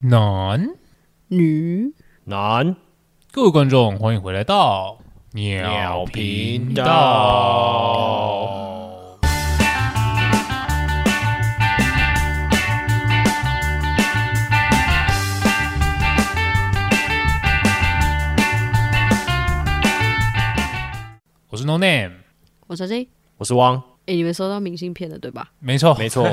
男，女男各位观众，欢迎回来到鸟频道。我是 No Name，我小 J，我是汪，哎、你们收到明信片了对吧？ 没错，没 错，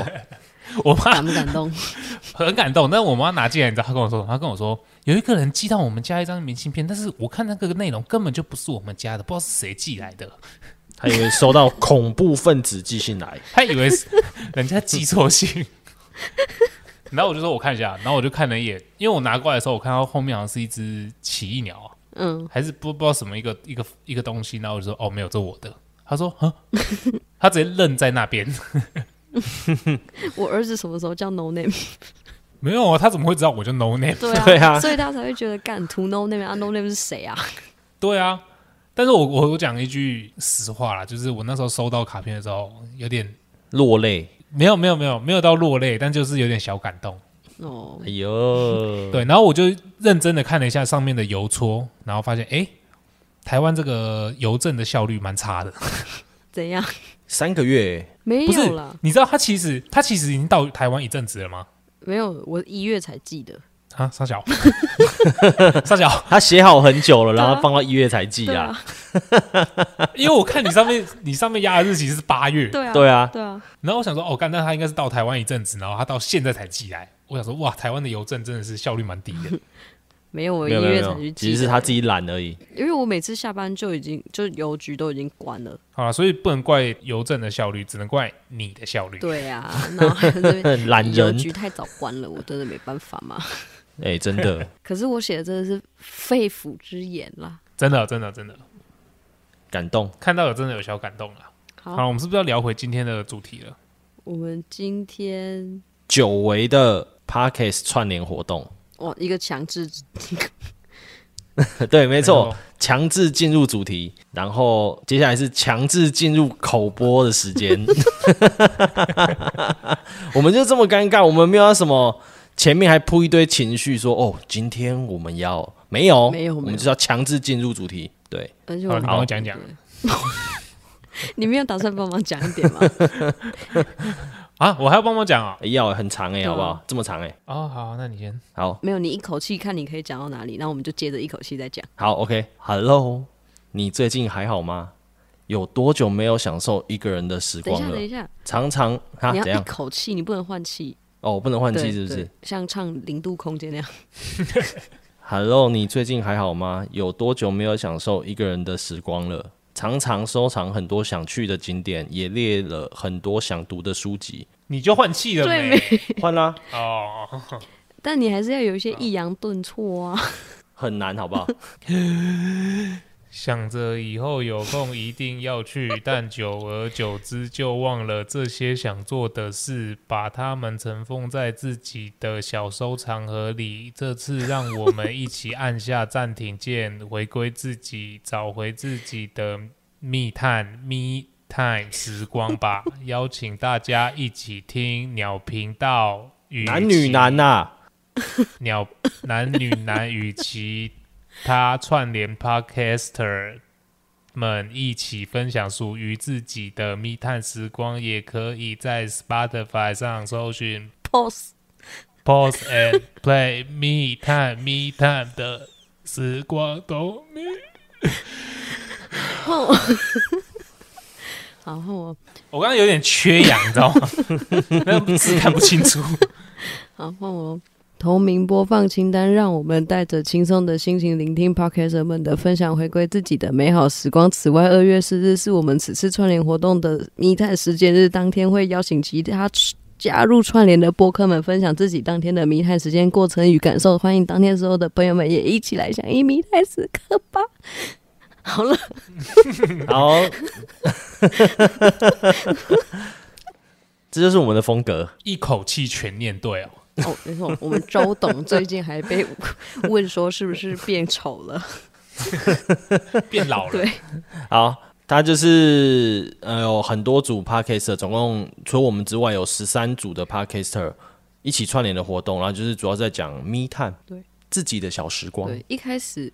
我妈感不感动？ 很感动，但我妈拿进来，你知道她跟我说什么？她跟我说有一个人寄到我们家一张明信片，但是我看那个内容根本就不是我们家的，不知道是谁寄来的，他以为收到恐怖分子寄信来， 她以为 是人家寄错信。 然后我就说我看一下，然后我就看了一眼，因为我拿过来的时候，我看到后面好像是一只奇异鸟啊，嗯，还是不不知道什么一个一个一个东西，然后我就说哦没有，这我的。她说啊， 她直接愣在那边，我儿子什么时候叫 No Name？ 没有啊，她怎么会知道我就 no name？ 对啊，对啊所以他才会觉得干图 No Name 啊，No Name 是谁啊？对啊，但是我我我讲一句实话啦，就是我那时候收到卡片的时候，有点落泪。没有没有没有没有到落泪，但就是有点小感动。哦，哎呦，对，然后我就认真的看了一下上面的邮戳，然后发现哎，诶台湾这个邮政的效率蛮差的。怎样？三个月，没不是有啦，，你知道他其实他其实已经到台湾一阵子了吗？没有，我一月才寄的。啊，沙 小，沙小，他写好很久了，然对后啊放到一月才寄对啊。啊，因为我看你上面你上面压的日期是八月，对啊，对啊，对啊，然后我想说，哦，干，那他应该是到台湾一阵子，然后他到现在才寄来。我想说，哇，台湾的邮政真的是效率蛮低 的。没有，我没一有啊没月有才没去有，寄。其实是他自，己懒而已。因为我每次下班就已经就邮局都已经关 了。好了，所以不能怪邮政的效率，只能怪你的效率。对啊，然 后这边懒人邮局太早关了，我真的没办法嘛。哎，真的，可是我写的真的是肺腑之言啦。真的，真的，真的，感动。看到有真的有小感动了。好，好，我们是不是要聊回今天的主题了？我们今天久违的 Parkes 串联活动， 哇，一个强制对，没没错，，强制进入主题，然后接下来是强制进入口播的时间。 我们就这么尴尬，我们没有什么，前面还铺一堆情绪，说哦，今天我们要没有，没有我没有们就是要强制进入主题。对，而且好我你帮我讲讲。 你没有打算帮忙讲一点吗？ 啊，我还要帮忙讲啊。哎要很长哎、对啊好不好？这么长哎、哦，好，那你先。好没有，你一口气看你可以讲到哪里，那我们就接着一口气再讲。好，OK，Hello，、你最近还好吗？有多久没有享受一个人的时等一光下，等了一？下，常常哈你怎要样一？口气，你不能换气，哦，我不能换对气是不是对？像唱《零度空间》那样， Hello，你最近还好吗？有多久没有享受一个人的时光了？常常收藏很多想去的景点，也列了很多想读的书籍。你就换气了对没？换啦、哦，但你还是要有一些抑扬顿挫啊。 很难好不好？想着以后有空一定要去， 但久而久之就忘了这些想做的事，把它们尘封在自己的小收藏盒里。这次让我们一起按下暂停键，回归自己，找回自己的密探 密探时光吧！邀请大家一起听鸟频道与男女难啊呐、鸟男女男与其他串联 podcaster 们一起分享属于自己的密探时光，也可以在 Spotify 上搜寻 Pose， Pause and Play 密探密探的时光都密。 然后我刚刚有点缺氧，你知道吗？那字看不清楚。 好换我咯。同名播放清单，让我们带着轻松的心情聆听 Podcaster 们的分享，回归自己的美好时光。此外，二月四日是我们此次串联活动的密探时间日，当天会邀请其他加入串联的播客们分享自己当天的密探时间过程与感受。欢迎当天所有的朋友们也一起来响应密探时刻吧。好了，好， 这就是我们的风格。一口气全念对哦。哦，没错，我们周董最近还被问说是不是变丑了？变老了，对，好，它就是呃有很多组 podcaster，总共除了我们之外有十三组的 podcaster，一起串联的活动，然后就是主要在讲 me time，对自己的小时光，对，一开始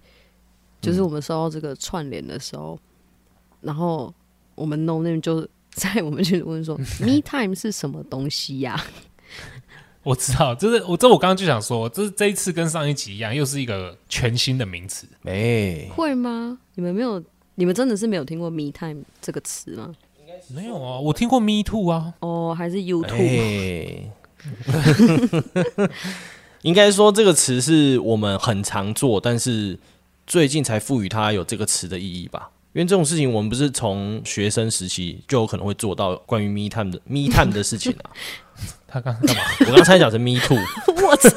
就是我们收到这个串联的时候，然后我们 No Name 就在 我们群里问 说 “Me Time 是什么东西呀、我知道，就是我这我刚刚就想说，这这一次跟上一集一样，又是一个全新的名词。没、会吗？你们没有，你们真的是没有听过 “Me Time” 这个词吗？没有啊，我听过 Me Too 啊，哦，还是 YouTube？、哎， 应该说这个词是我们很常做，但是最近才赋予它有这个词的意义吧。因为这种事情，我们不是从学生时期就有可能会做到关于 me time 的 me time 的事情 啊。他刚干嘛？我刚才讲成 me too， 我操！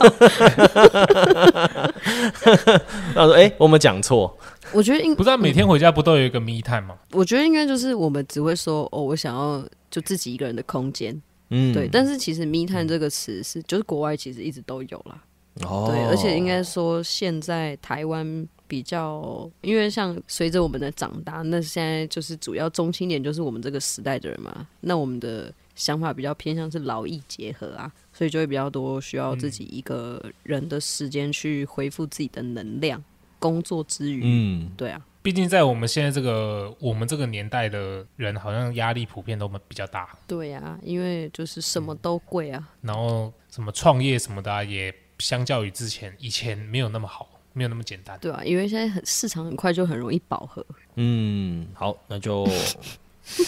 那我说哎、我们讲错，我觉得应不是、啊、每天回家不都有一个 Me Time 吗？我觉得应该就是我们只会说哦，我想要就自己一个人的空间，嗯，对。但是其实 “me time” 这个词是就是国外其实一直都有啦，哦，对，而且应该说现在台湾比较，因为像随着我们的长大，那现在就是主要中青年就是我们这个时代的人嘛，那我们的想法比较偏向是劳逸结合啊，所以就会比较多需要嗯自己一个人的时间去恢复自己的能量，工作之余，嗯，对啊，毕竟在我们现在这个我们这个年代的人，好像压力普遍都比较大，对啊，因为就是什嗯么都贵啊，然后什么创业什么的、啊、也相较于之前以前没有那么好，没有那么简 单。对啊，因为现在很市场很快就很容易饱和，嗯，好，那就嗯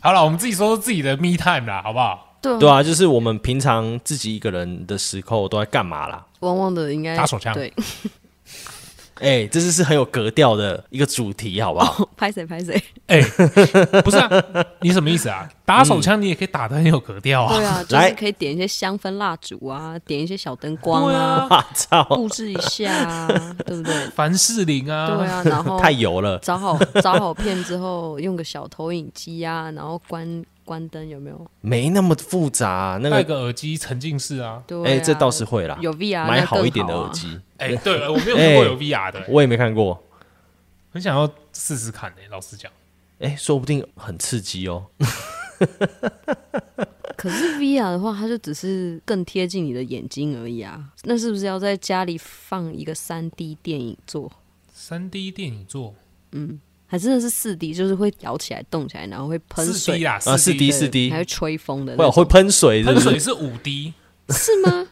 好了，我们自己说说自己的 Me Time 啦，好不好？对啊，对啊，就是我们平常自己一个人的时候都在干嘛啦？汪汪的应该打手枪对，哎、这是是很有格调的一个主题，好不好？哦 拍谁拍谁，哎、不是啊，你什么意思啊？打手枪你也可以打得很有格调啊。对啊，就来是可以点一些香氛蜡烛啊，点一些小灯光啊，哇 操，布置一下啊，对不对？凡士林啊，对啊，然后太油了！找好找好片之后，用个小投影机啊，然后关关灯，有没有？没那么复杂、那戴个个耳机沉浸式啊。对、啊，哎、这倒是会啦，有 VR 买那更一点的好啊耳，机，哎、对，我没有看过哎有 VR 的、我也没看过。很想要试试看诶、欸老实讲，哎、说不定很刺激哦。可是 VR 的话，它就只是更贴近你的眼睛而已啊。那是不是要在家里放一个三 D 电影做？三 D 电影做还真的是四 D，就是会摇起来、动起来，然后会喷四 D 水，啦，啊，四四 D 四 D，还会吹风的会那有会种，喷水是喷不水是？是五 D，是吗？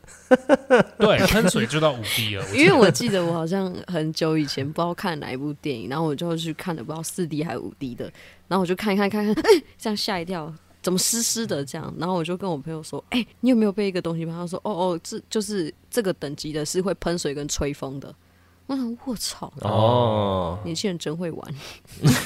对，喷水就到五 D 了。我 因为我记得我好像很久以前不知道看哪一部电影，然后我就去看了不知道四 D 还是五 D 的，然后我就看一看看看， 哎这样吓一跳，怎么湿湿的这样？然后我就跟我朋友说，哎、你有没有被一个东西喷？他说，哦哦，这就是这个等级的是会喷水跟吹风的。我想，我操，哦，年轻人真会玩！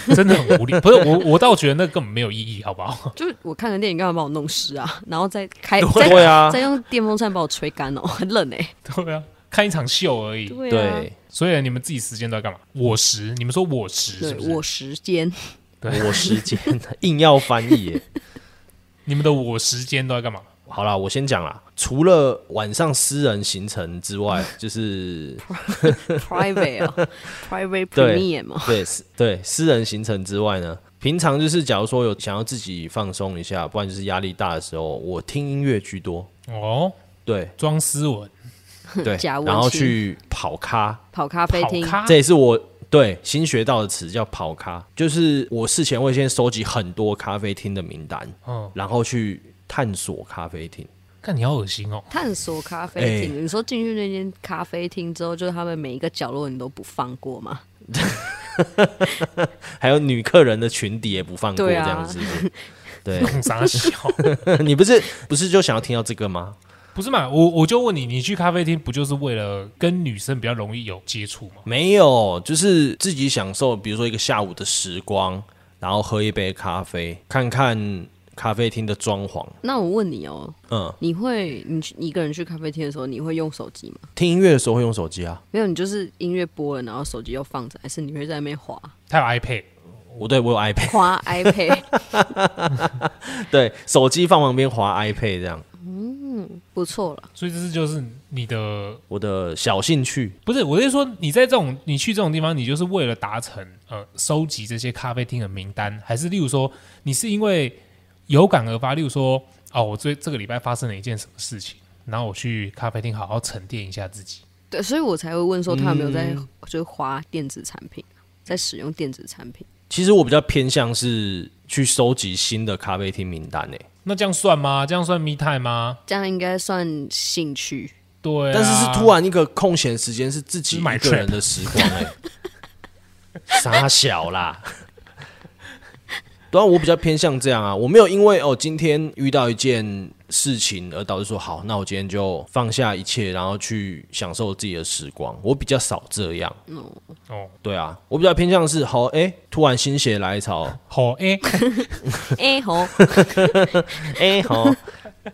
真的很无力。不是我，我倒觉得那根本没有意义，好不好？ 就是我看个电影，干嘛把我弄湿啊？然后再开，再对啊再，用电风扇把我吹干哦，很冷哎、对啊，看一场秀而已。对啊，对，所以你们自己时间都在干嘛？我食，你们说我食是不对是？我时间，对我时间 硬要翻译 耶。你们的我时间都在干嘛？好啦，我先讲啦。除了晚上私人行程之外，就是。 private 啊，private 对 premium 啊， 对，私对私人行程之外呢，平常就是假如说有想要自己放松一下，不然就是压力大的时候，我听音乐居多。哦，对装斯文，对，假文然后青去跑咖，跑咖啡跑厅，咖这，也是我对新学到的词叫跑咖，就是我事前会先收集很多咖啡厅的名单，嗯，然后去探索咖啡厅。看你好恶心哦。 探索咖啡厅。哎你说进去那间咖啡厅之后，就是他们每一个角落你都不放过吗？还有女客人的裙底也不放过，这对啊样子。对，弄啥笑？ 你不是不是就想要听到这个吗？不是嘛？我我就问你，你去咖啡厅不就是为了跟女生比较容易有接触吗？没有，就是自己享受，比如说一个下午的时光，然后喝一杯咖啡，看看咖啡厅的装潢，那我问你哦，嗯，你会你去你一个人去咖啡厅的时候，你会用手机吗？听音乐的时候会用手机啊，没有，你就是音乐播了，然后手机又放着，还是你会在那边滑他有 iPad，我对我有 iPad，滑 iPad？ 对，手机放旁边滑 iPad 这样，不错了，所以这是就是你的我的小兴趣，不是，我是说，你在这种你去这种地方，你就是为了达成呃收集这些咖啡厅的名单，还是例如说，你是因为有感而发，例如说，哦，我最这个礼拜发生了一件什么事情，然后我去咖啡厅好好沉淀一下自己。对，所以我才会问说他有没有在嗯就是花电子产品，在使用电子产品。其实我比较偏向是去收集新的咖啡厅名单欸诶、那这样算吗？这样算 me time 吗？这样应该算兴 趣，对、啊，但是是突然一个空闲时间是自己是买一个 trip 人的时光欸诶、 傻小 啦。当然，我比较偏向这样啊，我没有因为哦今天遇到一件事情而导致说好，那我今天就放下一切，然后去享受自己的时光。我比较少这样，哦，对啊，我比较偏向是好诶、突然心血来潮，好哦诶、哎、吼，哎、好，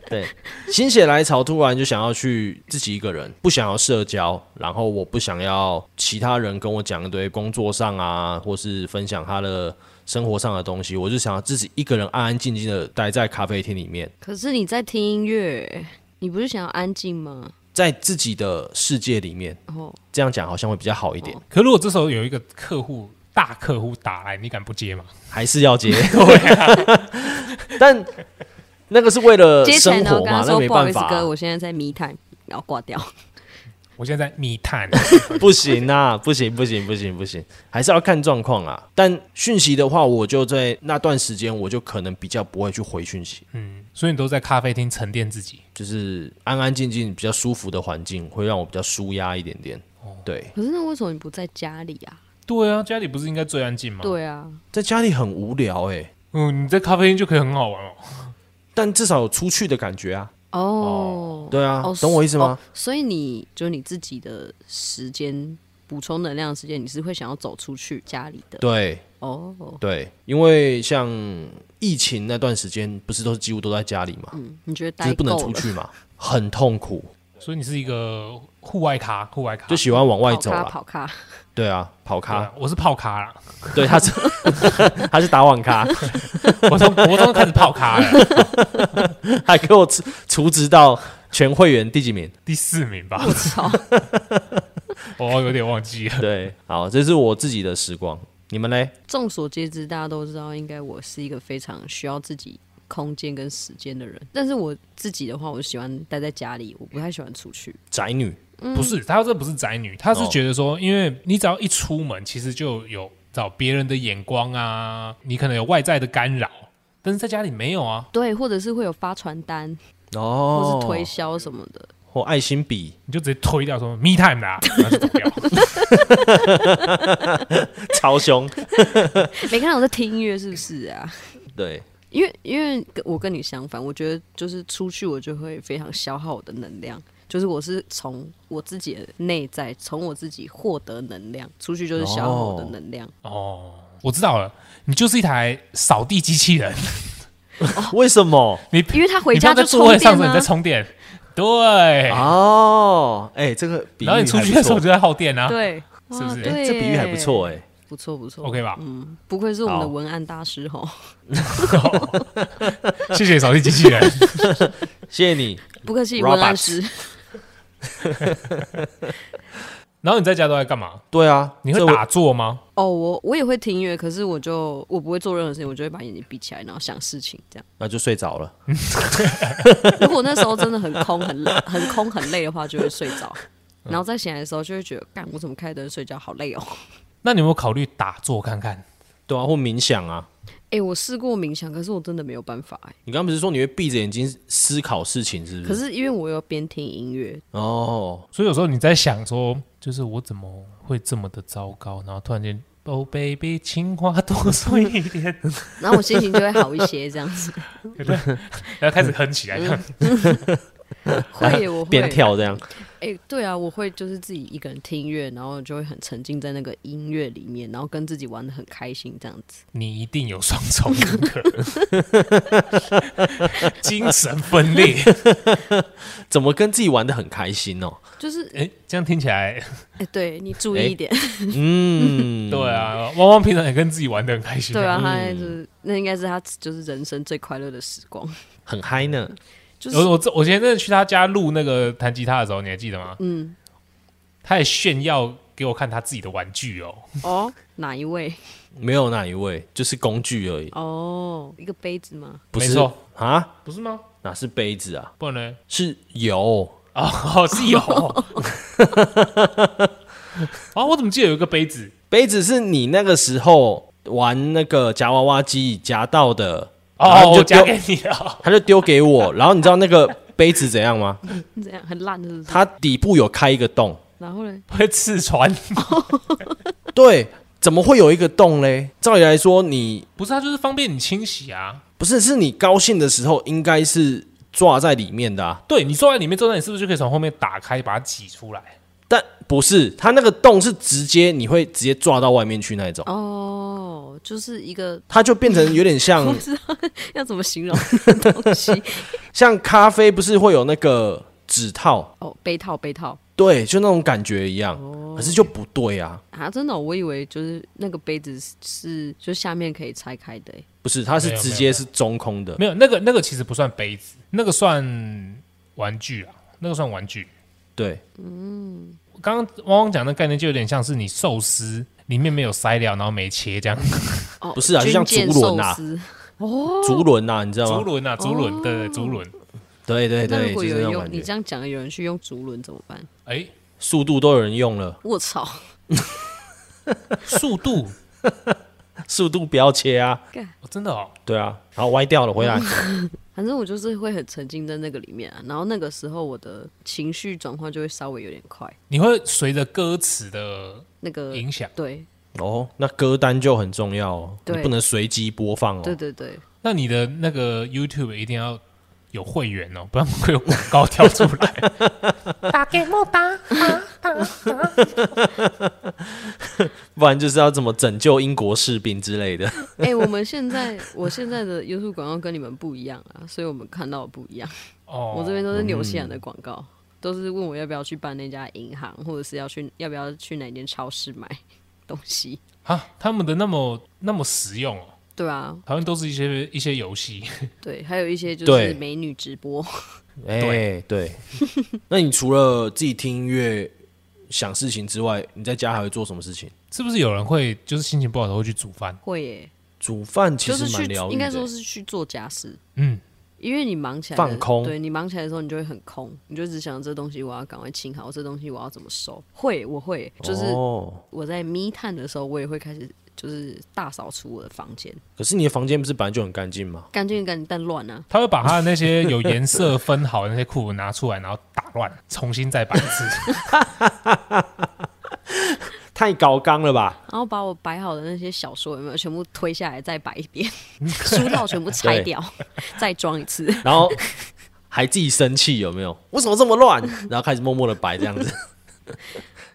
对，心血来潮，突然就想要去自己一个人，不想要社交，然后我不想要其他人跟我讲一堆工作上啊，或是分享他的生活上的东西，我就想要自己一个人安安静静的待在咖啡厅里面，可是你在听音乐，你不是想要安静吗？在自己的世界里面，哦，这样讲好像会比较好一点，可如果这时候有一个客户大客户打来，你敢不接吗？还是要接， 但那个是为了接起来呃生然后跟他活嘛，那说没不好办意思法啊、哥，我现在在 me time，然后挂掉。我现在在 me time， 不行啊，不行不行不行不行，还是要看状况啊。但讯息的话，我就在那段时间，我就可能比较不会去回讯息，嗯，所以你都在咖啡厅沉淀自己。就是安安静静、比较舒服的环境，会让我比较舒压一点点。哦对，可是那为什么你不在家里啊？对啊，家里不是应该最安静吗？，对啊，在家里很无聊诶、嗯，你在咖啡厅就可以很好玩哦。但至少有出去的感觉啊。哦，对啊，哦，懂我意思吗？哦所以你就你自己的时间补充能量的时间，你是会想要走出去家里的。对哦，对，因为像疫情那段时间，不是都几乎都在家里嘛，嗯，你觉得就是待不能够出了？去嘛，很痛苦，所以你是一个户外咖，户外咖就喜欢往外跑走啊咖啦。跑咖， 对啊，跑对咖啊，，我是泡咖啦， 对他是他是打网咖。我从国中开始泡咖了，还给我除除职到全会员第几名？ 第四名吧， 我操！我有点忘记了。对，好，这是我自己的时光。你们嘞？众所皆知，大家都知道，应该我是一个非常需要自己空间跟时间的人。但是我自己的话，我喜欢待在家里，我不太喜欢出去。宅女不是，她这不是宅女，她是哦觉得说，因为你只要一出门，其实就有找别人的眼光啊，你可能有外在的干扰，但是在家里没有啊，对，或者是会有发传单，哦或是推销什么的。或爱心笔，你就直接推掉说 me time 啦，然后就走掉。超凶。没看到我在听音乐，是不是啊？对，因为因为跟我跟你相反，我觉得就是出去我就会非常消耗我的能量，就是我是从我自己的内在，从我自己获得能量，出去就是消耗我的能量。哦，我知道了，你就是一台扫地机器人，哦为什么？你因为他回家你放就在座充位上电的时候你啊在，充电，对，哦，哎，这个啊比喻然后你出去的时候还不就在耗电啊，对，是不哦哇是对错，这比喻还不错哎，哎。不错不错 OK 吧？不愧是我们的好文案大师哦吼，谢谢扫地机器人。谢谢你。不愧是 Robot 文案师，然后你在家都在干嘛？对啊，你会这打坐吗？哦，我我也会听音乐，可是我就我不会做任何事情，我就会把眼睛闭起来，然后想事情这样。那就睡着了。如果那时候真的很空、很累、很空、很累的话，就会睡着，嗯然后再醒来的时候就会觉得，干我怎么开灯睡觉，好累哦。那你有没有考虑打坐看看？对啊，或冥想啊。哎、我试过冥想，可是我真的没有办法哎、你刚刚不是说你会闭着眼睛思考事情，是不可是？是因为我有边听音乐，哦，所以有时候你在想说，就是我怎么会这么的糟糕？然后突然间，Oh baby，情话多说一点，然后我心情就会好一些，这样 子。然后开始哼起来。这样会耶，我会边跳这样。哎、对啊，我会就是自己一个人听音乐，然后就会很沉浸在那个音乐里面，然后跟自己玩的很开心这样子。你一定有双重人格，精神分裂。怎么跟自己玩的很开心哦？就是哎，这样听起来，哎、对你注哎意一 点，嗯，对啊，汪汪平常也跟自己玩的很开心。对啊，他就是那应该是他就是人生最快乐的时光，很嗨呢。就是哦我我这我前阵子去他家录那个弹吉他的时候，你还记得吗？嗯，他也炫耀给给我看他自己的玩具哦。哦，哪一位？没有哪一位，就是工具而已，哦，一个杯子吗？ 不没是错啊？不是吗？哪是杯子啊？不然呢？是油，哦， 是有。啊，我怎么记得有一个杯子？杯子是你那个时候玩那个夹娃娃机夹到的，然哦，后我就丢夹给你啊了。他就丢给我，然后你知道那个杯子怎样吗？这样很烂，是不是？它底部有开一个洞，然后呢？ 会刺穿？ 对，怎么会有一个洞嘞？照理来说你不是，它啊就是方便你清洗啊。不是是你高兴的时候应该是抓在里面的、啊，对你坐在里面之后，那你是不是就可以从后面打开，把它挤出来？但不是它那个洞是直接你会直接抓到外面去那一种，哦，就是一个它就变成有点像要怎么形 容的东西？像咖啡不是会有那个指套，哦，杯套，杯套对，就那种感觉一样，哦可是就不对啊。啊！真的哦、我以为就是那个杯子是是就下面可以拆开的欸。不是，它是没有直没有接是中空的。没有，那个那个其实不算杯子，那个算玩具啊，那个算玩具。对，刚刚汪汪讲的概念就有点像是你寿司里面没有塞料，然后没切这样。哦，不是啊就像军舰竹轮啊寿司哦竹轮呐、你知道 竹吗？轮啊，竹轮，对对，竹轮。对对哎那如对，就果是有那人种用感你这觉。样讲，有人去用竹轮怎么办？哎，速度都有人用了， 我操！速度，速度不要切啊！哦真的哦，对啊，然后歪掉了回来。嗯反正我就是会很沉浸在那个里面啊，然后那个时候我的情绪转换就会稍微有点快，你会随着歌词的那个影响。对哦，那歌单就很重要哦，你对不能随机播放对哦。对对，那你的那个 YouTube 一定要有会员哦，不然会有广告跳出来。打给莫打打打打。不然就是要怎么拯救英国士兵之 类的。哎、我们现在我现在的 YouTube 广告跟你们不一样啊，所以我们看到的不一样。哦，我这边都是纽西嗯兰的广告，都是问我要不要去办那家银行，或者是要去要不要去哪间超市买东西。啊，他们的那么那么实用哦，对啊，好像都是一些一些游戏。对，还有一些就对是美女直播，哎、对。 那你除了自己听音乐、想事情之外，你在家还会做什么事情？是不是有人会就是心情不好的时候去煮饭？会耶，煮饭其就实是去蛮疗愈的。欸应该说是去做家事，嗯，因为你忙起来放空对你忙起来的时候，你就会很空，你就只想这东西我要赶快清好，这东西我要怎么收。会，我会，就是哦，我在密探的时候，我也会开始就是大扫除我的房间，可是你的房间不是本来就很干净吗？干净干净但乱啊。他会把他的那些有颜色分好的那些裤子拿出来，然后打乱， 重新再摆一次。太高纲了吧？然后把我摆好的那些小说有没有全部推下来再摆一遍，书套全部拆掉，再装一次。然后还自己生气，有没有？为什么这么乱？然后开始默默的摆这 样子，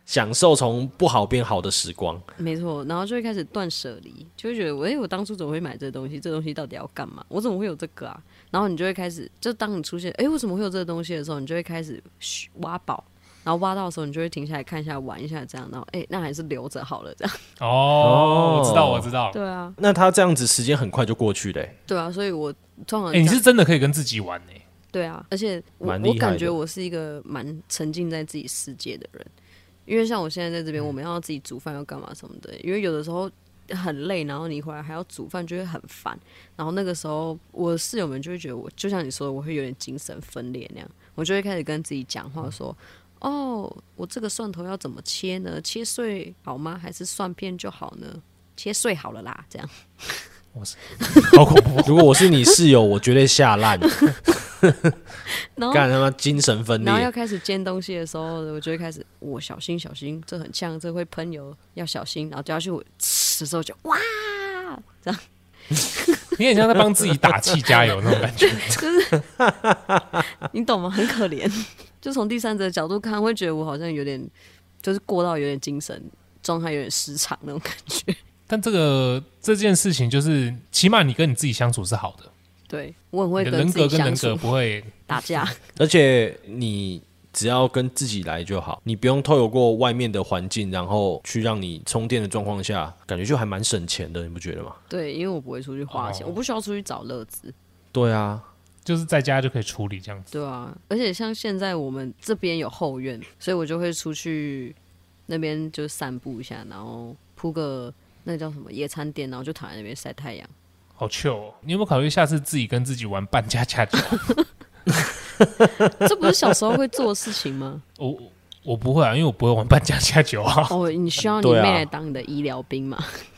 享受从不好变好的时光。没错，然后就会开始断舍离，就会觉得，哎、我当初怎么会买这东西？这东西到底要干嘛？我怎么会有这个啊？然后你就会开始，就当你出现，哎、我怎么会有这个东西的时候，你就会开始嘘挖宝。然后挖到的时候，你就会停下来看一下、玩一下，这样，然后哎，那还是留着好了，这样。哦，我知道，我知道。对啊，那他这样子时间很快就过去欸嘞、对啊，所以我通常哎、这样、你是真的可以跟自己玩呢、对啊，而且我蛮厉害我的。感觉我是一个蛮沉浸在自己世界的人，因为像我现在在这边，我们要自己煮饭要干嘛什么的，因为有的时候很累，然后你回来还要煮饭，就会很烦。然后那个时候，我的室友们就会觉得我，就像你说的，我会有点精神分裂那样，我就会开始跟自己讲话说。哦，我这个蒜头要怎么切呢？切碎好吗？还是蒜片就好呢？切碎好了啦，这样。 好恐怖如果我是你室友，我绝对吓烂，然后干他妈精神分哦然后要裂。开始煎东西的时候，我就会开始，我小心小心，这很呛，这会喷油，要小心。然后掉下去，我吃的时候就哇，你很像在帮自己打气加油那种感觉。你懂吗？很可 怜。就从第三者的角度看，会觉得我好像有点，就是过到有点精神状态有点失常那种感觉。但这个这件事情就是，起码你跟你自己相处是好的，对我很会你的跟人自格己跟相人格处不会。打架，而且你只要跟自己来就好，你不用透过外面的环境，然后去让你充电的状况下，感觉就还蛮省钱的，你不觉得吗？对，因为我不会出去花钱，哦我不需要出去找乐子，对啊，就是在家就可以处理这样子。对啊。而且像现在我们这边有后院，所以我就会出去那边就散步一下，然后铺个那个叫什么野餐垫，然后就躺在那边晒太阳。好糗哦！你有没有考虑下次自己跟自己玩扮家家 酒？这不是小时候会做的事情吗？我我不会啊，因为我不会玩扮家家酒 啊。哦，你需要你对妹啊来当你的医疗兵嘛？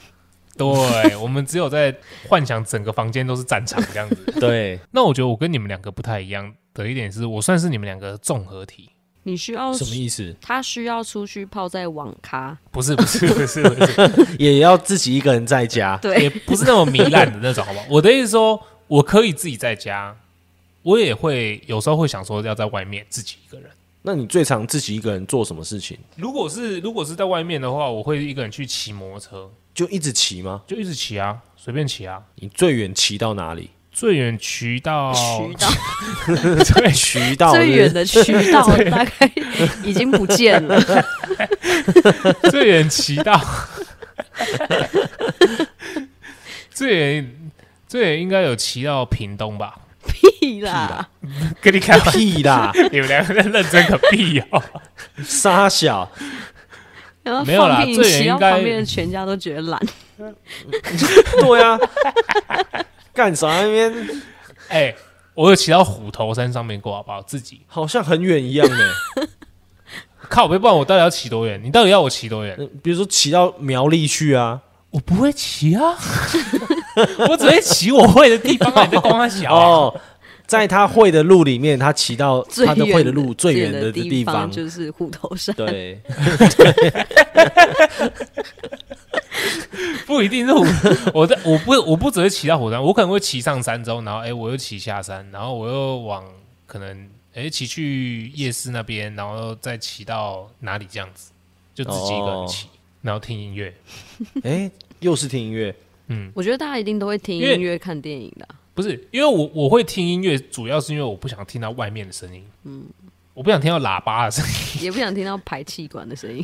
对，我们只有在幻想整个房间都是战场这样子。对，那我觉得我跟你们两个不太一样的一点是，我算是你们两个综合体。你需要什么意思？他需要出去泡在网咖，不是不是不是不是， 也要自己一个人在家？对也不是那么糜烂的那种，好 不好？我的意思说，我可以自己在家，我也会有时候会想说要在外面自己一个人。那你最常自己一个人做什么事情？如果是如果是在外面的话，我会一个人去骑摩托车，就一直骑吗？就一直骑啊，随便骑啊，你最远骑到哪里？最远骑 到渠道对骑到最远的的渠道大概已经不见 了。最远骑到， 最远最远应该有骑到屏东吧？屁啦！跟你开 玩笑，屁啦，你们两个在认真个屁哦！沙小，然后没有啦放屁最远骑到应该旁边的全家都觉得懒。对啊，干啥那边哎、我有骑到虎头山上面过，好不好？自己好像很远一样呢、靠背，不然我到底要骑多远？你到底要我骑多远？嗯比如说骑到苗栗去呃啊，我不会骑啊， 我只会骑我会的地方啊。你在光他小、啊、哦，在他会的路里面，他骑到最他的会远的路最远的的地方方，就是虎头山。对，不一定是虎，我 在我不我不只会骑到虎山，我可能会骑上山之后，然后哎、我又骑下山，然后我又往可能哎骑、去夜市那边，然后再骑到哪里这样子，就自己一个人骑，然后听音乐。哎、又是听音乐，嗯， 我觉得大家一定都会听因为音乐、看电影的啊。不是，因为我我会听音乐，主要是因为我不想听到外面的声音，嗯，我不想听到喇叭的声音。也不想听到排气管的声音。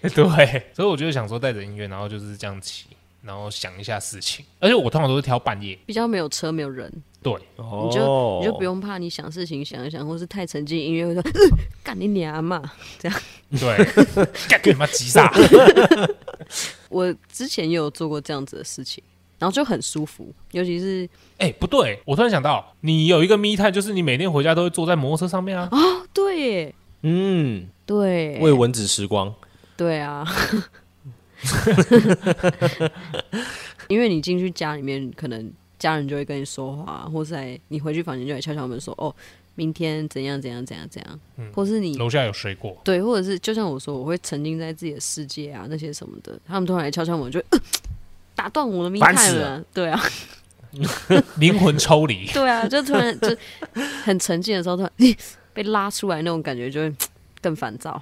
对，所以我就想说带着音乐，然后就是这样骑，然后想一下事情。而且我通常都是挑半夜，比较没有车，没有人，对，哦你就、你就不用怕，你想事情想一想，或是太沉浸音乐会说呃干你娘嘛。 对，干你妈急啥？我之前也有做过这样子的事情，然后就很舒服，尤其是哎、不对，我突然想到，你有一个密探，就是你每天回家都会坐在摩托车上面啊。哦对耶嗯，对为蚊子时光，对 啊，因为你进去家里面，可能家人就会跟你说话，或是来你回去房间就来敲敲门说哦，明天怎样怎样怎样怎样，嗯或是你楼下有水果，对，或者是就像我说，我会沉浸在自己的世界啊，那些什么的。他们突然来敲敲门，我就、呃、打断我的密烦探死了。对啊，。灵魂抽离对啊，就突然就很沉浸的时候，突然被拉出来那种感觉，就会更烦躁。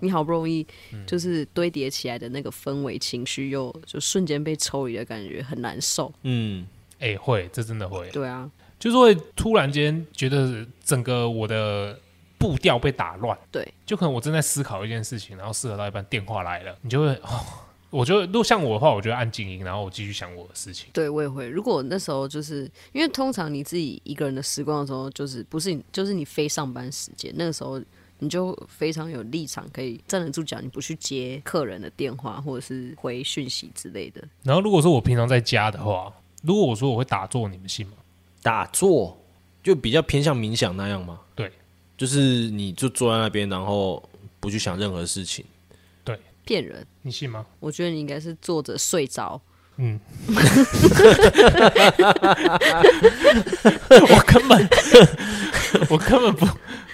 你好不容易就是堆叠起来的那个氛围情绪，又就瞬间被抽离的感觉，很难受。嗯， 哎、会，这真的会，对啊，就是会突然间觉得整个我的步调被打乱。对，就可能我正在思考一件事情，然后思考到一半，电话来了，你就会，哦、我就如果像我的话，我就会按静音，然后我继续想我的事情。对我也会。如果那时候就是因为通常你自己一个人的时光的时候，就是不是你就是你非上班时间，那个时候你就非常有立场可以站得住脚，你不去接客人的电话或者是回讯息之类的。然后如果说我平常在家的话，如果我说我会打坐，你们信吗？打坐就比较偏向冥想那样嘛，对，就是你就坐在那边，然后不去想任何事情，骗人，你信吗？ 我觉得你应该是坐着睡着，嗯，我根本，我根本不，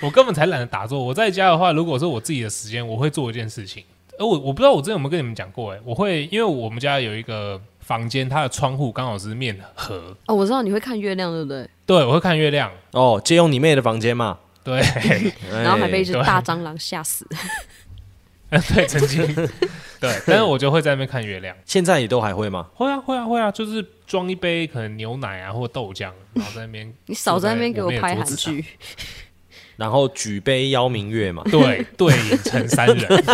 我根本才懒得打坐。我在家的话，如果是我自己的时间，我会做一件事情。而我我不知道我之前有没有跟你们讲过、欸，我会因为我们家有一个房间，它的窗户刚好是面河，哦，我知道你会看月亮，对不对？对我会看月亮，哦，借用你妹的房间嘛，对， 然后还被一哎只大蟑螂吓死。对，曾经，对，但是我就会在那边看月亮。现在也都还会吗？会啊，会啊，会啊，就是装一杯可能牛奶啊或豆浆，然后在那边你少在那边给我妹的拍桌韩子上剧，然后举杯邀明月嘛，对对影成三人。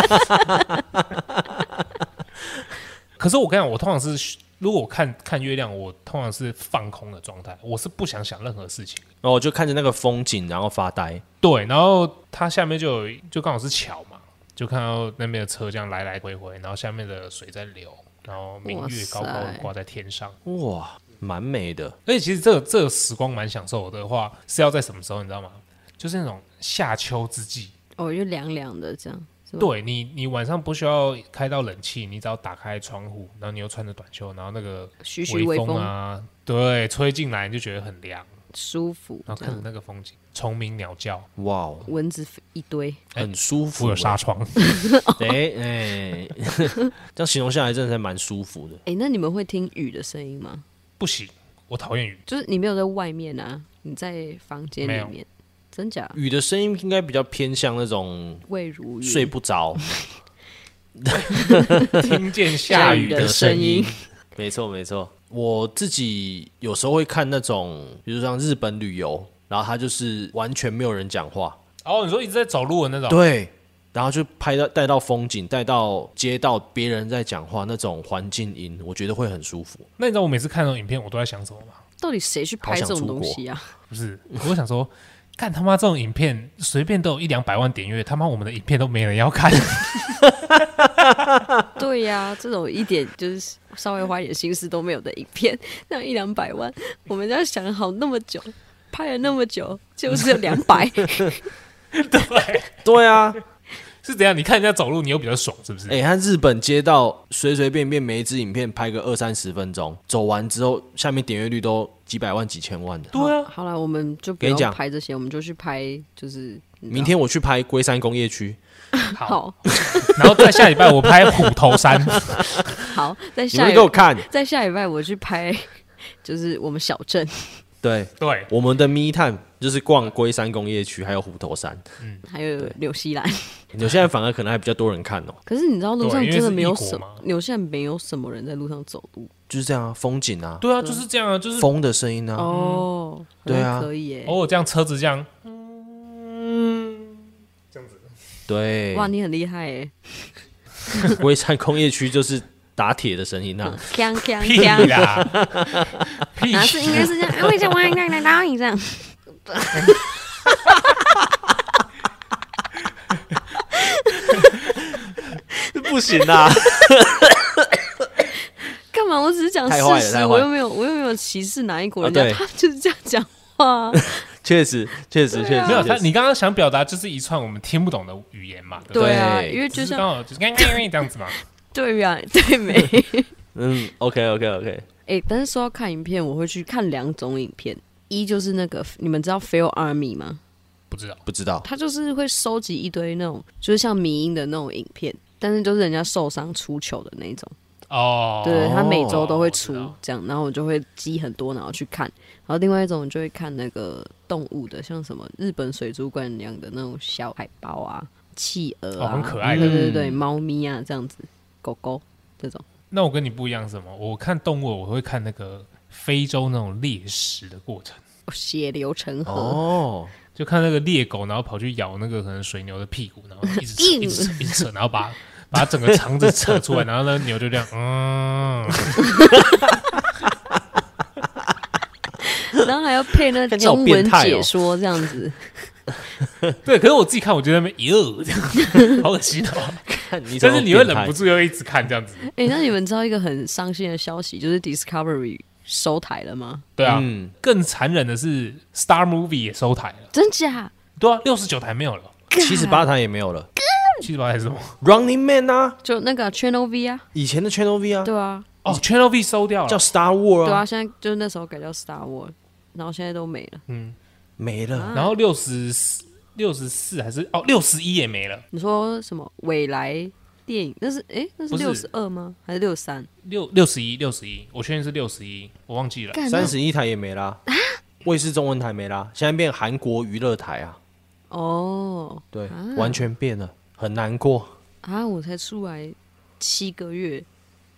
可是我跟你讲，我通常是如果我看看月亮，我通常是放空的状态，我是不想想任何事情。然后我就看着那个风景，然后发呆。对，然后它下面就有就刚好是桥嘛，就看到那边的车这样来来回回，然后下面的水在流，然后明哇月塞高高的挂在天上。哇，蛮美的。 而且其实这个这个时光蛮享受的话，是要在什么时候你知道吗？就是那种夏秋之际，哦，就凉凉的这样，是吧？对你你晚上不需要开到冷气，你只要打开窗户，然后你又穿着短袖，然后那个徐徐微风啊，对，吹进来你就觉得很凉，舒服，然后这看着样那个风景，虫鸣鸟叫，哇哦，蚊子一堆，很舒伏服欸。尔纱窗， 哎哎， 这样形容下来真的是蛮舒服的。哎、那你们会听雨的声音吗？不行，我讨 厌雨，就是你没有在外面啊，你在房间没有里面，真假？雨的声音应该比较偏向那种未如睡雨，不着听见下下雨雨的的声声音音， 没错没错，我自己有时候会看那种，比如像日本旅游，然后他就是完全没有人讲话，哦，你说一直在走路的那种，对，然后就拍到带到风景，带到街道别人在讲话那种环境音，我觉得会很舒服。那你知道我每次看那种影片，我都在想什么吗？到底谁去拍这种东西啊？不是，我想说，干他妈这种影片随便都有一两百万点阅，他妈我们的影片都没人要看， 对呀、这种一点就是稍微花一点心思都没有的影片，那一两百万，我们要想好那么久，拍了那么久，就是有两百，对啊，是怎样？你看人家走路，你又比较爽，是不是？ 哎、他日本街道随随便便每一支影片拍个二三十分钟，走完之后，下面点阅率都几百万、几千万的。对啊，好了，我们就不跟你要讲拍这些，我们就去拍，就是你知道明天我去拍龟山工业区，好然后在下礼拜我拍虎头山， 好，在你下们一给我看。在下礼拜我去拍，就是我们小镇对，对，我们的密探就是逛龟山工业区，还有虎头山。还有对纽 西兰。有些人反而可能还比较多人看哦，可是你知道路上对因为真的是没异有国什嘛么，纽西兰没有什么人在路上走路就是这样啊，风景啊，对啊，就是这样啊，就是风的声音啊，哦。好对像啊可以耶。偶尔这样车子这样，对，哇，你很厉害耶！龟山工业区就是打铁的声音啊，锵锵屁锵，啦，屁啊，是应该是这样，啊，为什么应该来打你这样？ 不行啊，干嘛？我只是讲太坏了事太实，坏啊我又没有，我又没有歧视哪一国人啊家，对他就是这样讲 话啊。 确实，确实，确 实，啊没 有他，确实你刚刚想表达就是一串我们听不懂的语言嘛，对不对？对啊，对因为就就是像刚好就是刚刚这样子嘛，对啊，对没？ 嗯，OK，OK，OK，、哎，但是说到看影片，我会去看两种影片，一就是那个你们知道 Fail Army 吗？不知道不知道，他就是会收集一堆那种，就是像迷音的那种影片，但是就是人家受伤出糗的那种。哦，对，他每周都会出我知道这样，然后我就会积很多，然后去看。然后另外一种就会看那个动物的，像什么日本水族馆养的那种小海豹啊、企鹅哦啊，很可爱对的嗯对对对，猫咪啊这样子，狗狗这种。那我跟你不一样是什么？我看动物，我会看那个非洲那种猎食的过程，哦血流成河，哦，就看那个猎狗，然后跑去咬那个可能水牛的屁股，然后一直扯，硬一直扯， 一直扯，然后把把它整个肠子扯出来，然后那个牛就这样，嗯， 然后还要配那 看起来好中变文态哦解说这样子。 对。可是我自己看，我觉得那边，哟，这样好恶心哦。看你怎但么是你变态，会忍不住又一直看这样子，哎、那你们知道一个很伤心的消息，就是 Discovery 收台了吗？对啊。嗯，更残忍的是，Star Movie 也收台了，真假？对啊，六十九台没有了，七十八台也没有了七十八台是什么？ ，Running Man 啊，就那个 Channel V 啊，以前的 Channel V 啊，对啊，哦，Channel V 收掉了，叫 Star War 对啊，啊，现在就是那时候改叫 Star War，然后现在都没嗯了。没啊了，然后六十四、六十四还是哦六十一也没了，你说什么未来电影？那是哎、那是不是六十二吗？还是六十三？六六十一六十一，我确定是六十一，我忘记了。干三十一台也没啦，啊卫视中文台没啦，现在变韩国娱乐台啊，那哦对，完全变了，很难 过。啊！我才出来七个月，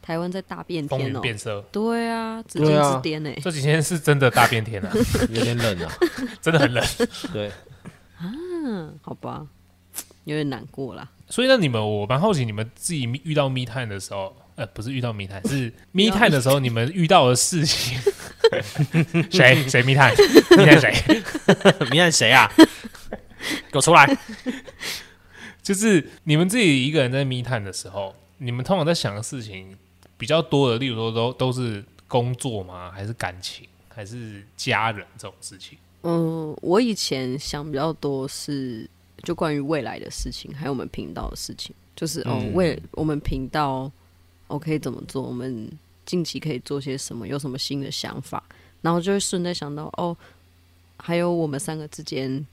台湾在大变风天云哦。变色，对啊，紫禁对啊之巅哎、这几天是真的大变天 啊，有点冷啊，真的很冷。对， 啊嗯，好吧，有点难过啦。所以那你们，我蛮好奇，你们自己遇到密探的时候，呃，不是遇到密探， 是密探的时候，你们遇到的事 情，谁谁密 探，密探谁，明天谁啊？给我出来！就是你们自己一个人在密探的时候，你们通常在想的事情比较多的，例如说都都是工作吗？还是感情？还是家人这种事情？嗯，我以前想比较多是就关于未来的事情，还有我们频道的事情，就是哦，嗯为我们频道我可以怎么做，我们近期可以做些什么，有什么新的想法，然后就会顺带想到哦，还有我们三个之间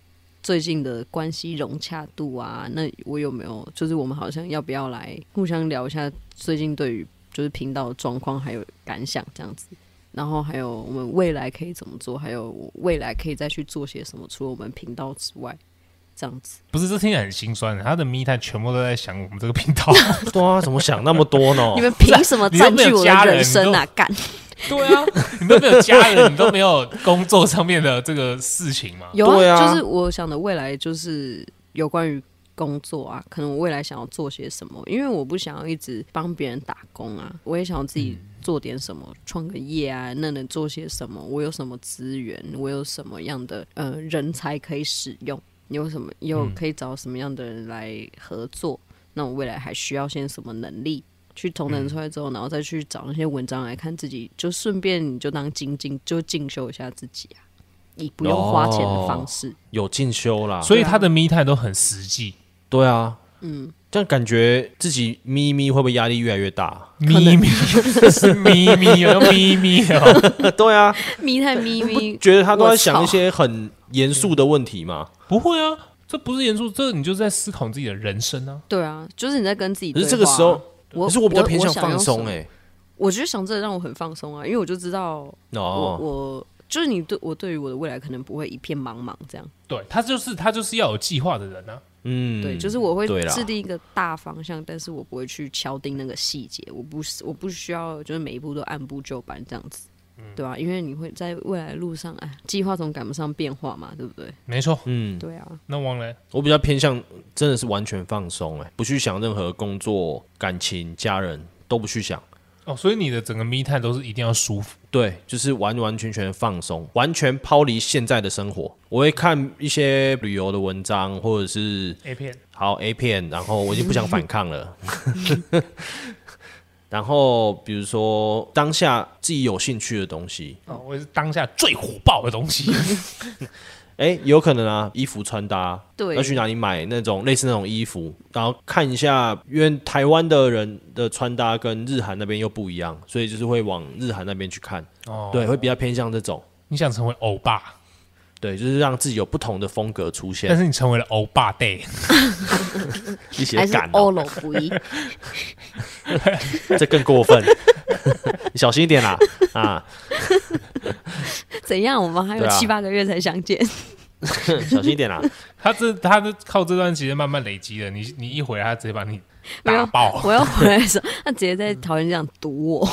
最近的关系融洽度啊，那我有没有就是我们好像要不要来互相聊一下最近对于就是频道的状况还有感想这样子，然后还有我们未来可以怎么做，还有我未来可以再去做些什么，除了我们频道之外，这样子。不是，这听起来很心酸。他的密探全部都在想我们这个频道。 对啊，怎么想那么多呢？ 你们凭什么占据我的人生啊？干！对啊，你都没有家人，你都没有工作上面的这个事情吗？有啊，对啊就是我想的未来就是有关于工作啊，可能我未来想要做些什么，因为我不想要一直帮别人打工啊，我也想要自己做点什么，创个业啊，那能做些什么？我有什么资源？我有什么样的呃人才可以使用？你嗯有什么又可以找什么样的人来合作？那我未来还需要些什么能力？去同等出来之后，然后再去找那些文章来看自己，就顺便你就当精进，就进修一下自己啊，以不用花钱的方式。有进修啦，所以他的密探都很实际。对啊，嗯，这样感觉自己咪咪会不会压力越来越大？ 咪 咪是咪咪哦，咪咪 哦，对啊，咪太咪咪，觉得他都在想一些很严肃的问题嘛。不会啊，这不是严肃，这你就是在思考自己的人生啊。对啊，就是你在跟自己可对话是啊。这个时候，我，可是我比较偏向想要放什松么哎、我觉得想这个让我很放松啊，因为我就知道我哦，我就是你对我对于我的未来可能不会一片茫茫这样，对他就是他就是要有计划的人啊。嗯，对，就是我会对啦制定一个大方向，但是我不会去敲定那个细节，我不是我不需要就是每一步都按部就班这样子，对吧、因为你会在未来的路上，哎，计划总赶不上变化嘛，对不对？没错，嗯，对啊，那忘了我比较偏向真的是完全放松哎、不去想任何工作、感情、家人都不去想。哦，所以你的整个密探都是一定要舒服。对，就是完完全全放松，完全抛离现在的生活。我会看一些旅游的文章，或者是 A 片好 A 片，然后我已经不想反抗了。 然后比如说当下自己有兴趣的东西，哦，我是当下最火爆的东 西。哎，有可能啊，衣服穿搭，对要去哪里买那种类似那种衣服，然后看一下，因为台湾的人的穿搭跟日韩那边又不一样，所以就是会往日韩那边去看，哦，对，会比较偏向这种，你想成为欧巴，对，就是让自己有不同的风格出但现，是你成为了欧巴 day，一些还是感、欧哦，罗不 一，这更过分， 你小心一点啦，啊，怎样？我们还有对啊七八个月才相见，小心 一点啦，他这他是靠这段时间慢慢累积的。你你一回来，他直接把你没有打爆。我要回来的时候，他直接在讨厌这样堵我，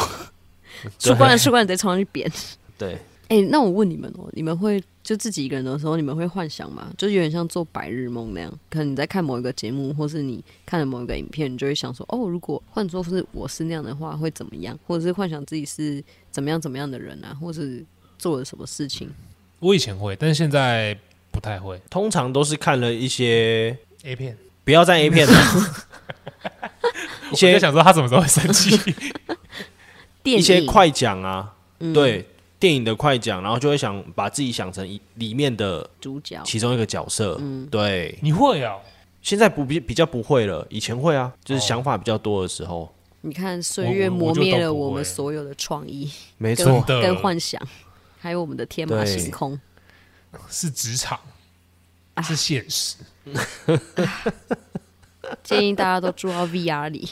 树冠的树冠直接冲上去扁。对。哎、那我问你们哦，你们会就自己一个人的时候，你们会幻想吗？就是有点像做白日梦那样，可能你在看某一个节目，或是你看了某一个影片，你就会想说，哦，如果换作是我是那样的话，会怎么样？或者是幻想自己是怎么样怎么样的人啊，或是做了什么事情？我以前会，但是现在不太会。通常都是看了一些 A 片，不要占 A 片啊的，我一在些想说他什么时候会生 气。 电一影些快讲啊，嗯对电影的快讲，然后就会想把自己想成一里面的主角，其中一个角色。嗯对，你会哦？现在不比比较不会了，以前会啊，就是哦想法比较多的时候。你看岁月我我磨我就灭都了不我们会所有的创意，没跟错，真的跟幻想，还有我们的天马对行空。是职场，是现实。建议大家都住到 VR 里，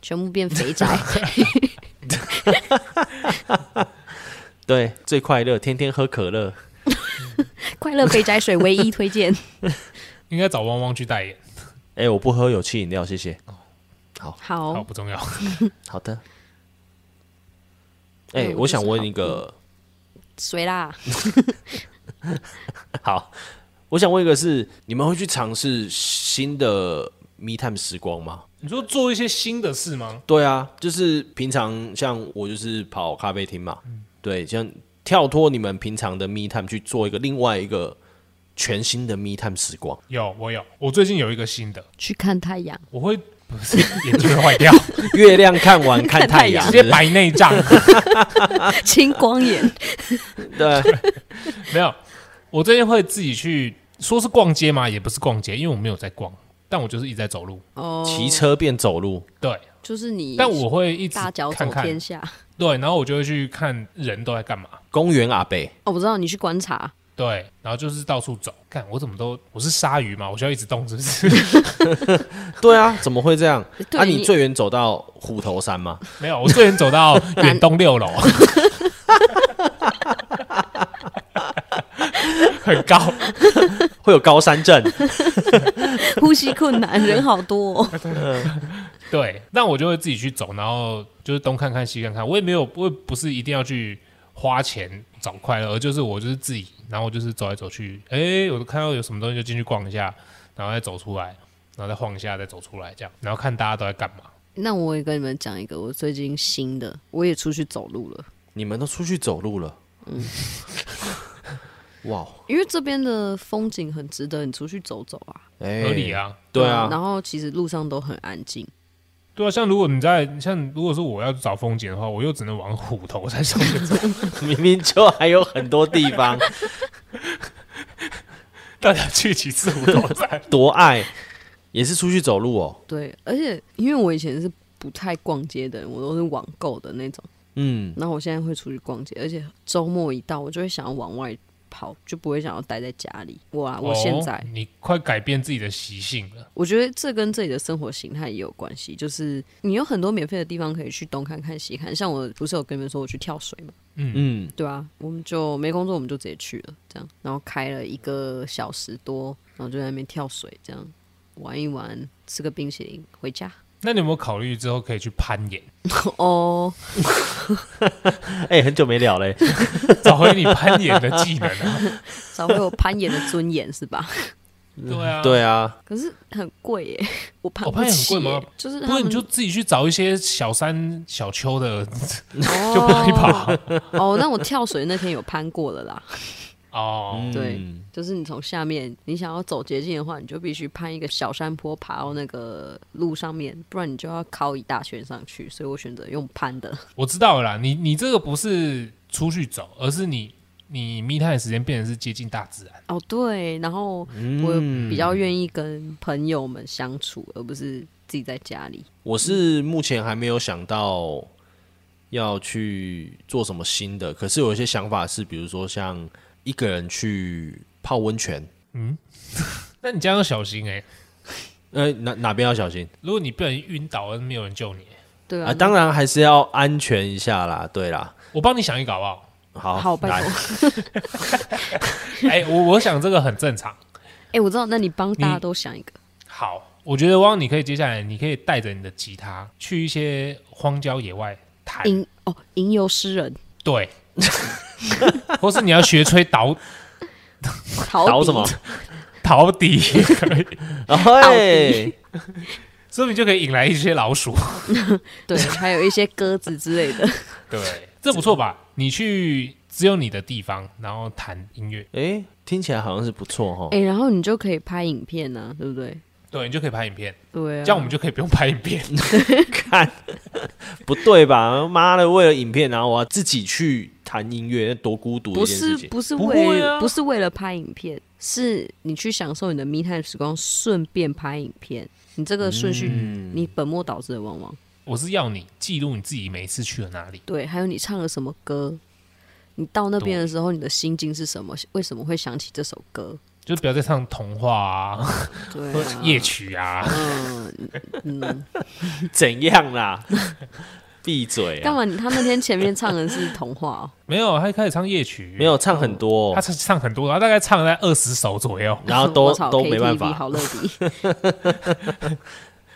全部变 肥宅。对，最快乐，天天喝可乐。快乐肥宅水唯一推荐。应该找汪汪去代言。哎，我不喝有气饮料，谢谢。好，好，不重要。好的。哎哎，我就我是想问好一个，谁啦？好，我想问一个是，你们会去尝试新的 Me Time 时光吗？你说做一些新的事吗？对啊，就是平常像我就是跑咖嗯啡厅嘛，对，像跳脱你们平常的 me time 去做一个另外一个全新的 Me Time 时光？有我有，我最近有一个新的，去看太阳， 我会不是眼睛会坏掉，月亮看完看看太太阳，直接白内障。青光眼，对， 没有，我最近会自己去，说是逛街嘛，也不是逛街，因为我没有在逛，但我就是一直在走路。哦，骑车变走路，对，就是你，但我会一直大脚看走看天，下。对，然后我就会去看人都在干嘛，公园阿贝，哦，我知道你去观察，对，然后就是到处走，看我怎么都我是鲨鱼嘛，我需要一直动，是不是？ 对啊，怎么会这样？对那、你最远走到虎头山吗？没有，我最近走到远东六 楼，很高，会有高山症， 呼吸困难，人好多、哦，对，那我就会自己去走，然后就是东看看西看看，我也没有，我也不是一定要去花钱找快乐，而就是我就是自己，然后我就是走来走去，诶，我看到有什么东西就进去逛一下，然后再走出来，然后再晃一下，再走出来这样，然后看大家都在干嘛。 那我也跟你们讲一个我最近新的，我也出去走路了，你们都出去走路了，嗯， 哇，因为这边的风景很值得你出去走走啊。哎合理，啊，对啊，然后其实路上都很安静，对啊，像如果你在像如果说我要找风景的话，我又只能往虎头山上 面走，明明就还有很多地方，大家去几次虎头山？多爱，也是出去走路哦，对，而且因为我以前是不太逛街的人，我都是网购的那种，嗯，然后我现在会出去逛街，而且周末一到，我就会想要往外跑，就不会想要待在家里。我啊，我现在、哦你快改变自己的习性了。我觉得这跟自己的生活形态也有关系，就是你有很多免费的地方可以去东看看西看，像我不是有跟你们说我去跳水嘛，嗯，对啊，我们就没工作，我们就直接去了，这样，然后开了一个小时多，然后就在那边跳水，这样玩一玩，吃个冰淇淋，回家。那你有没有考虑之后可以去攀岩，哦，哎、很久没聊嘞，找回你攀岩的技能啊？找回我攀岩的尊严是吧？对啊，对啊，可是很贵耶，我攀哦不攀岩很起贵耶、吗就是不他过们你就自己去找一些小山小丘的，就就跑一跑。哦，那我跳水那天有攀过了啦，哦。对嗯就是你从下面，你想要走捷径的话，你就必须攀一个小山坡，爬到那个路上面，不然你就要靠一大圈上去。所以我选择用攀的。 我知道了啦，你你这个不是出去走，而是你你密探的时间变成是接近大自然。哦，对，然后嗯我比较愿意跟朋友们相处，而不是自己在家里。我是目前还没有想到要去做什么新的，可是有一些想法是，比如说像一个人去泡温泉，那你这样要小心哎、呃，哪哪边要小心如果你不小心晕倒了，没有人救你、对啊、啊，当然还是要安全一下啦，对啦，我帮你想一个好不好？好，好拜哦来 托。哎、我我想这个很正常。哎、我知道，那你帮大家都想一个。好，我觉得汪，你可以接下来你可以带着你的吉他去一些荒郊野外哎弹，吟哦，吟游诗人，对， 或是你要学吹导陶倒笛什么？陶笛也可以， 哎，说不定就可以引来一些老鼠。对，还有一些鸽子之类 的。对，这不错吧？你去只有你的地方，然后弹音乐，哎，听起来好像是不错哈。哎、然后你就可以拍影片呢、啊，对不对？对你就可以拍影片，对啊，这样我们就可以不用拍影片。 看，不对吧？妈的，为了影片，然后我要自己去弹音乐，那多孤独的不一件是事情。不是不为会啊不是为了拍影片，是你去享受你的 me time 时光，顺便拍影片。你这个顺序，嗯你本末倒置的往往我是要你记录你自己每一次去了哪里。对。还有你唱了什么歌，你到那边的时候，你的心境是什么？为什么会想起这首歌？就不要再唱童话啊，对、或啊， 夜曲啊，嗯嗯，怎样啦？ 闭嘴、干啊！嘛你？他那天前面唱的是童话、哦，没有，他一开始唱夜曲，没，有唱很多、哦他唱唱很多，他大概唱了二十首左右，然后我都操都没 KTV 办法，好乐迪，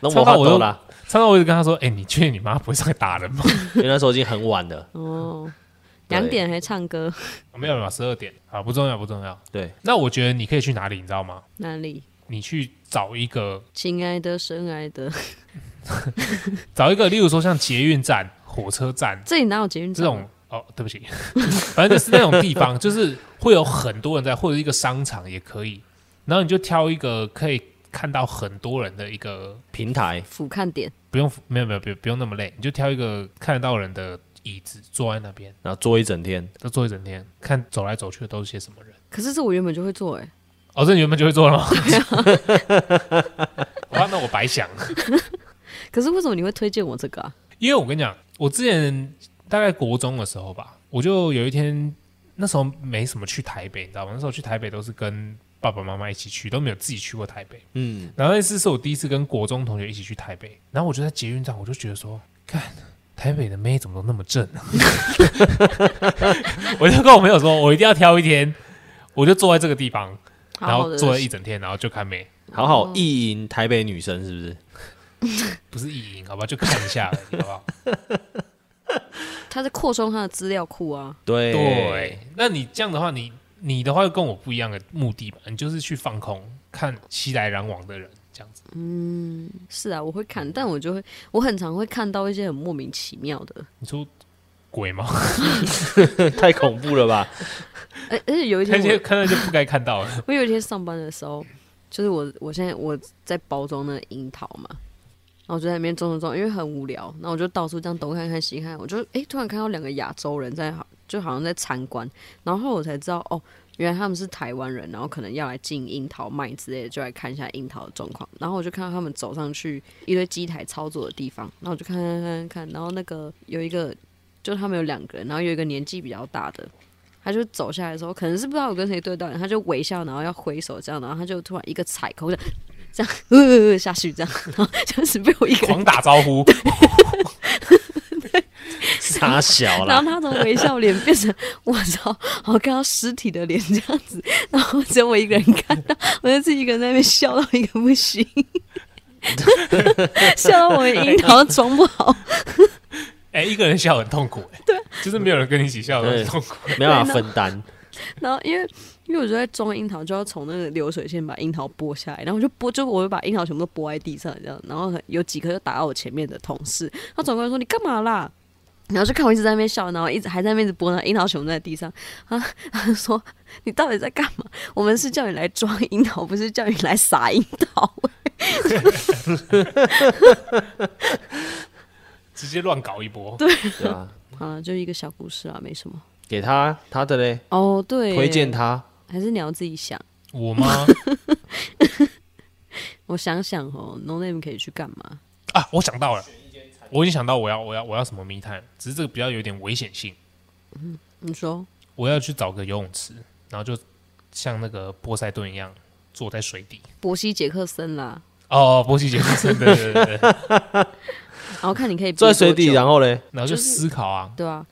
那唱我到我我都啦。唱到我一直跟他说：“哎、你确定你妈不会上来打人吗 因为那时候已经很晚了，哦，对两点还唱歌，？”没有没有，十二点啊，不重要不重要。对，那我觉得你可以去哪里，你知道吗？哪里？你去找一个亲爱的，深爱的，找一个，例如说像捷运站、火车站这里哪有捷运这站啊？种哦，对不起， 反正就是那种地方，就是会有很多人在，或者一个商场也可以，然后你就挑一个可以看到很多人的一个，平台俯瞰点，不用没有没有不用不用那么累，你就挑一个看得到人的椅子坐在那边，然后坐一整天，就坐一整天，看走来走去的都是些什么人。可是这我原本就会做哎、哦，这你原本就会做了吗？ 啊，那我白想了。可是为什么你会推荐我这个啊？因为我跟你讲，我之前大概国中的时候吧，我就有一天那时候没什么去台北，你知道吗？那时候去台北都是跟爸爸妈妈一起去，都没有自己去过台北。嗯，然后那次是我第一次跟国中同学一起去台北，然后我就在捷运站，我就觉得说，看台北的妹怎么都那么正、 啊，我就跟我朋友说，我一定要挑一天，我就坐在这个地方，然好好后的坐了一整天，然后就看妹，好哦好意淫台北女生是不是？不是意淫，好吧，就看一下而已，好不好？他在扩充他的资料库啊。对对，那你这样的话，你你的话跟我不一样的目的吧，你就是去放空，看熙来攘往的人这样子。是啊，我会看，但我就会，我很常会看到一些很莫名其妙的，你说鬼吗？ 太恐怖 了吧？而而且有一看天见我，看到就不该看到 了。我有一天上班的时候，就是我我现在我在包装那个樱桃嘛，然后我就在那边装装装，因为很无聊，然后我就到处这样东看看西看，我就诶突然看到两个亚洲人在好就好像在参观，然后我才知道哦，原来他们是台湾人，然后可能要来进樱桃卖之类的，就来看一下樱桃的状况。然后我就看到他们走上去一堆机台操作的地方，然后我就看看看看，然后那个有一个，就他们有两个人，然后有一个年纪比较大的。他就走下来的时候，可能是不知道我跟谁对到眼，他就微笑，然后要挥手这样，然后他就突然一个踩空，这样 这样呃呃呃下去这样，然后就是被我一个人狂打招呼，傻小然后，啦他从微笑脸变成我操，好看到尸体的脸这样子，然后只有我一个人看到，我就自己一个人在那边笑到一个不行，笑到我的樱桃都装不好。哎、一个人笑很痛苦、哎，对，就是没有人跟你一起笑，对很痛苦。没办法分担，然后因为因为我就在装樱桃，就要从那个流水线把樱桃剥下来，然后我就剥，就我就把樱桃全部都剥在地上这样，然后有几颗就打到我前面的同事，他转过来说你干嘛啦？然后就看我一直在那边笑，然后一直还在那边一直剥那樱桃熊在地上啊，他就说你到底在干嘛？我们是叫你来装樱桃，不是叫你来撒樱桃。直接乱搞一波。对吧？好了，就一个小故事啊，没什么。给他他的嘞，哦，对，推荐他，还是你要自己想。我吗？ 我想想哦，No Name 可以去干嘛？啊，我想到了，我已经想到我要我要我要什么密探，只是这个比较有点危险性。你说我要去找个游泳池，然后就像那个波塞顿一样坐在水底。波西杰克森啦，哦，波西杰克森，对对对对对，然后看你可以坐在憋多水底，久然后嘞，然后就思考啊，对啊，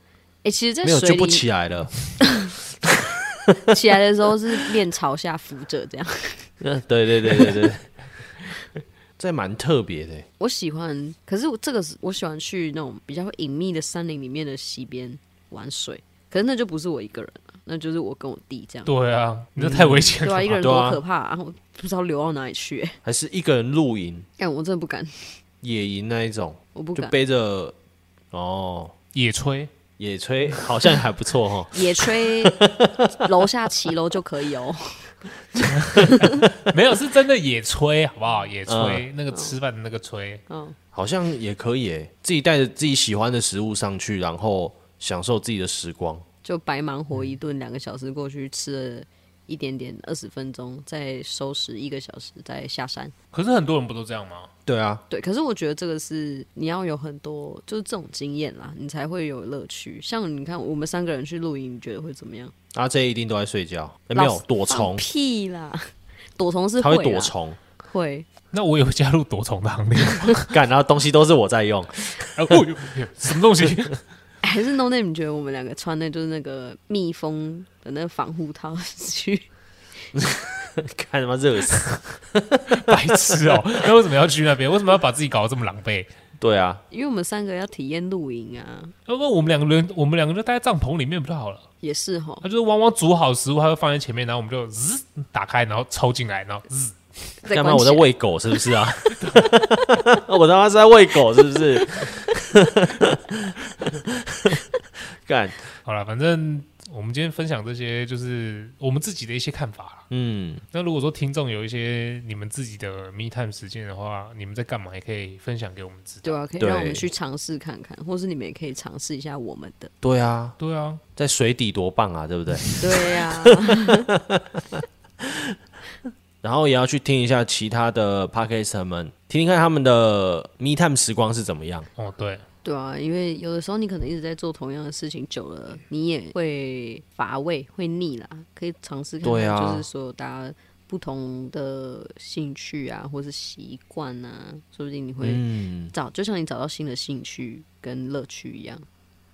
哎、其实，在没有水就里不起来了。 起来的时候是面朝下浮着这样。嗯， 对对对对对，这蛮特别的。我喜欢，可是我这个是我喜欢去那种比较隐秘的山林里面的溪边玩水，可是那就不是我一个人了，那就是我跟我弟这样。对啊，你这太危险对了吧。啊，一个人对啊多可怕、啊！然后我不知道流到哪里去、 欸，还是一个人露营、哎，我真的不敢，野营那一种，我不就敢。背着哦野炊， 野炊，好像还 不错哦。野炊楼下骑楼就可以哦。 没有是真的野炊，好不好？野炊、那个吃饭的那个炊，嗯，好像也可以诶，自己带着自己喜欢的食物上去，然后享受自己的时光。就白忙活一顿，两个小时过去吃了一点点，二十分钟，再收拾一个小时，再下山。可是很多人不都这样吗？对啊，对，可是我觉得这个是你要有很多就是这种经验啦，你才会有乐趣。像你看，我们三个人去露营，你觉得会怎么样？阿 J 一定都在睡觉，诶哎没有老躲放虫，屁啦！躲虫是他会啊会躲啦，虫，会那我也会加入躲虫的行列。干，然后东西都是我在用。 哎哦呦， 什么东西？还哎是 No Name？你觉得我们两个穿的就是那个蜜蜂的那个防护套去？ 看他妈热死！白痴哦！那为什么要去那边？为什么要把自己搞得这么狼狈？对啊，因为我们三个要体验露营啊，要不然我们两个人，我们两个就待在帐篷里面不就好了？也是哈。他就是汪汪煮好食物，他会放在前面，然后我们就滋打开，然后抽进来，然后滋。再干嘛关我在起来喂狗是不是啊？ 我他妈是在喂狗是不是？ 干，好了，反正我们今天分享这些就是我们自己的一些看法啦。嗯，那如果说听众有一些你们自己的 me time 时间的话，你们在干嘛也可以分享给我们知道。对啊，可以对让我们去尝试看看，或是你们也可以尝试一下我们的。对啊，对啊，在水底多棒啊，对不对？对啊呀、然后也要去听一下其他的 p a d k a s t 们，听听看他们的 me time 时光是怎么样。哦对，对啊，因为有的时候你可能一直在做同样的事情久了，你也会乏味、会腻啦。可以尝试看对看，啊就是说大家不同的兴趣啊，或是习惯啊，说不定你会嗯，找，就像你找到新的兴趣跟乐趣一样，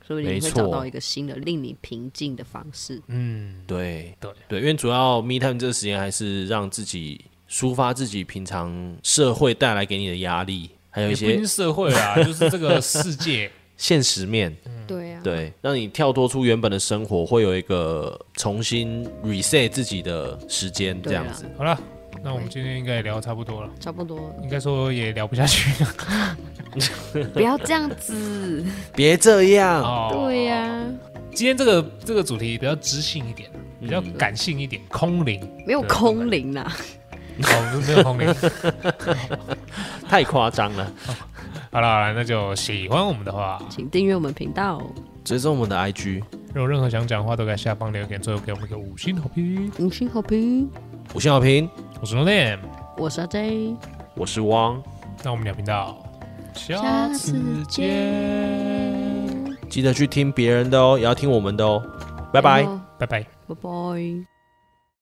说不定没你会错找到一个新的令你平静的方式。嗯，对对对，因为主要 me time 这个时间还是让自己抒发自己平常社会带来给你的压力，还有也一不一定是些社会啦，就是这个世界。现实面，对啊，对，让你跳脱出原本的生活，会有一个重新 reset 自己的时间，这对样啊子。，好 了，那我们今天应该也聊得差不多了，差不多，应该说也聊不下 去了。不要这样子。啊别这样，哦对呀、今天这个这个主题比较知性一点，比较感性一点，空灵。没有空灵啦，哦，没有空灵。 太夸张了。好了好了，那就喜欢我们的话，请订阅我们频道。追踪我们的 IG 如有任何想讲的话，都在下方留言，最后给我们一个五星好评。五星好评。五星好评，我是 Nolan，我是阿 J，我是汪，那我们俩频道，下次见，记得去听别人的哦，也要听我们的哦，拜拜。哎呦拜拜。拜拜。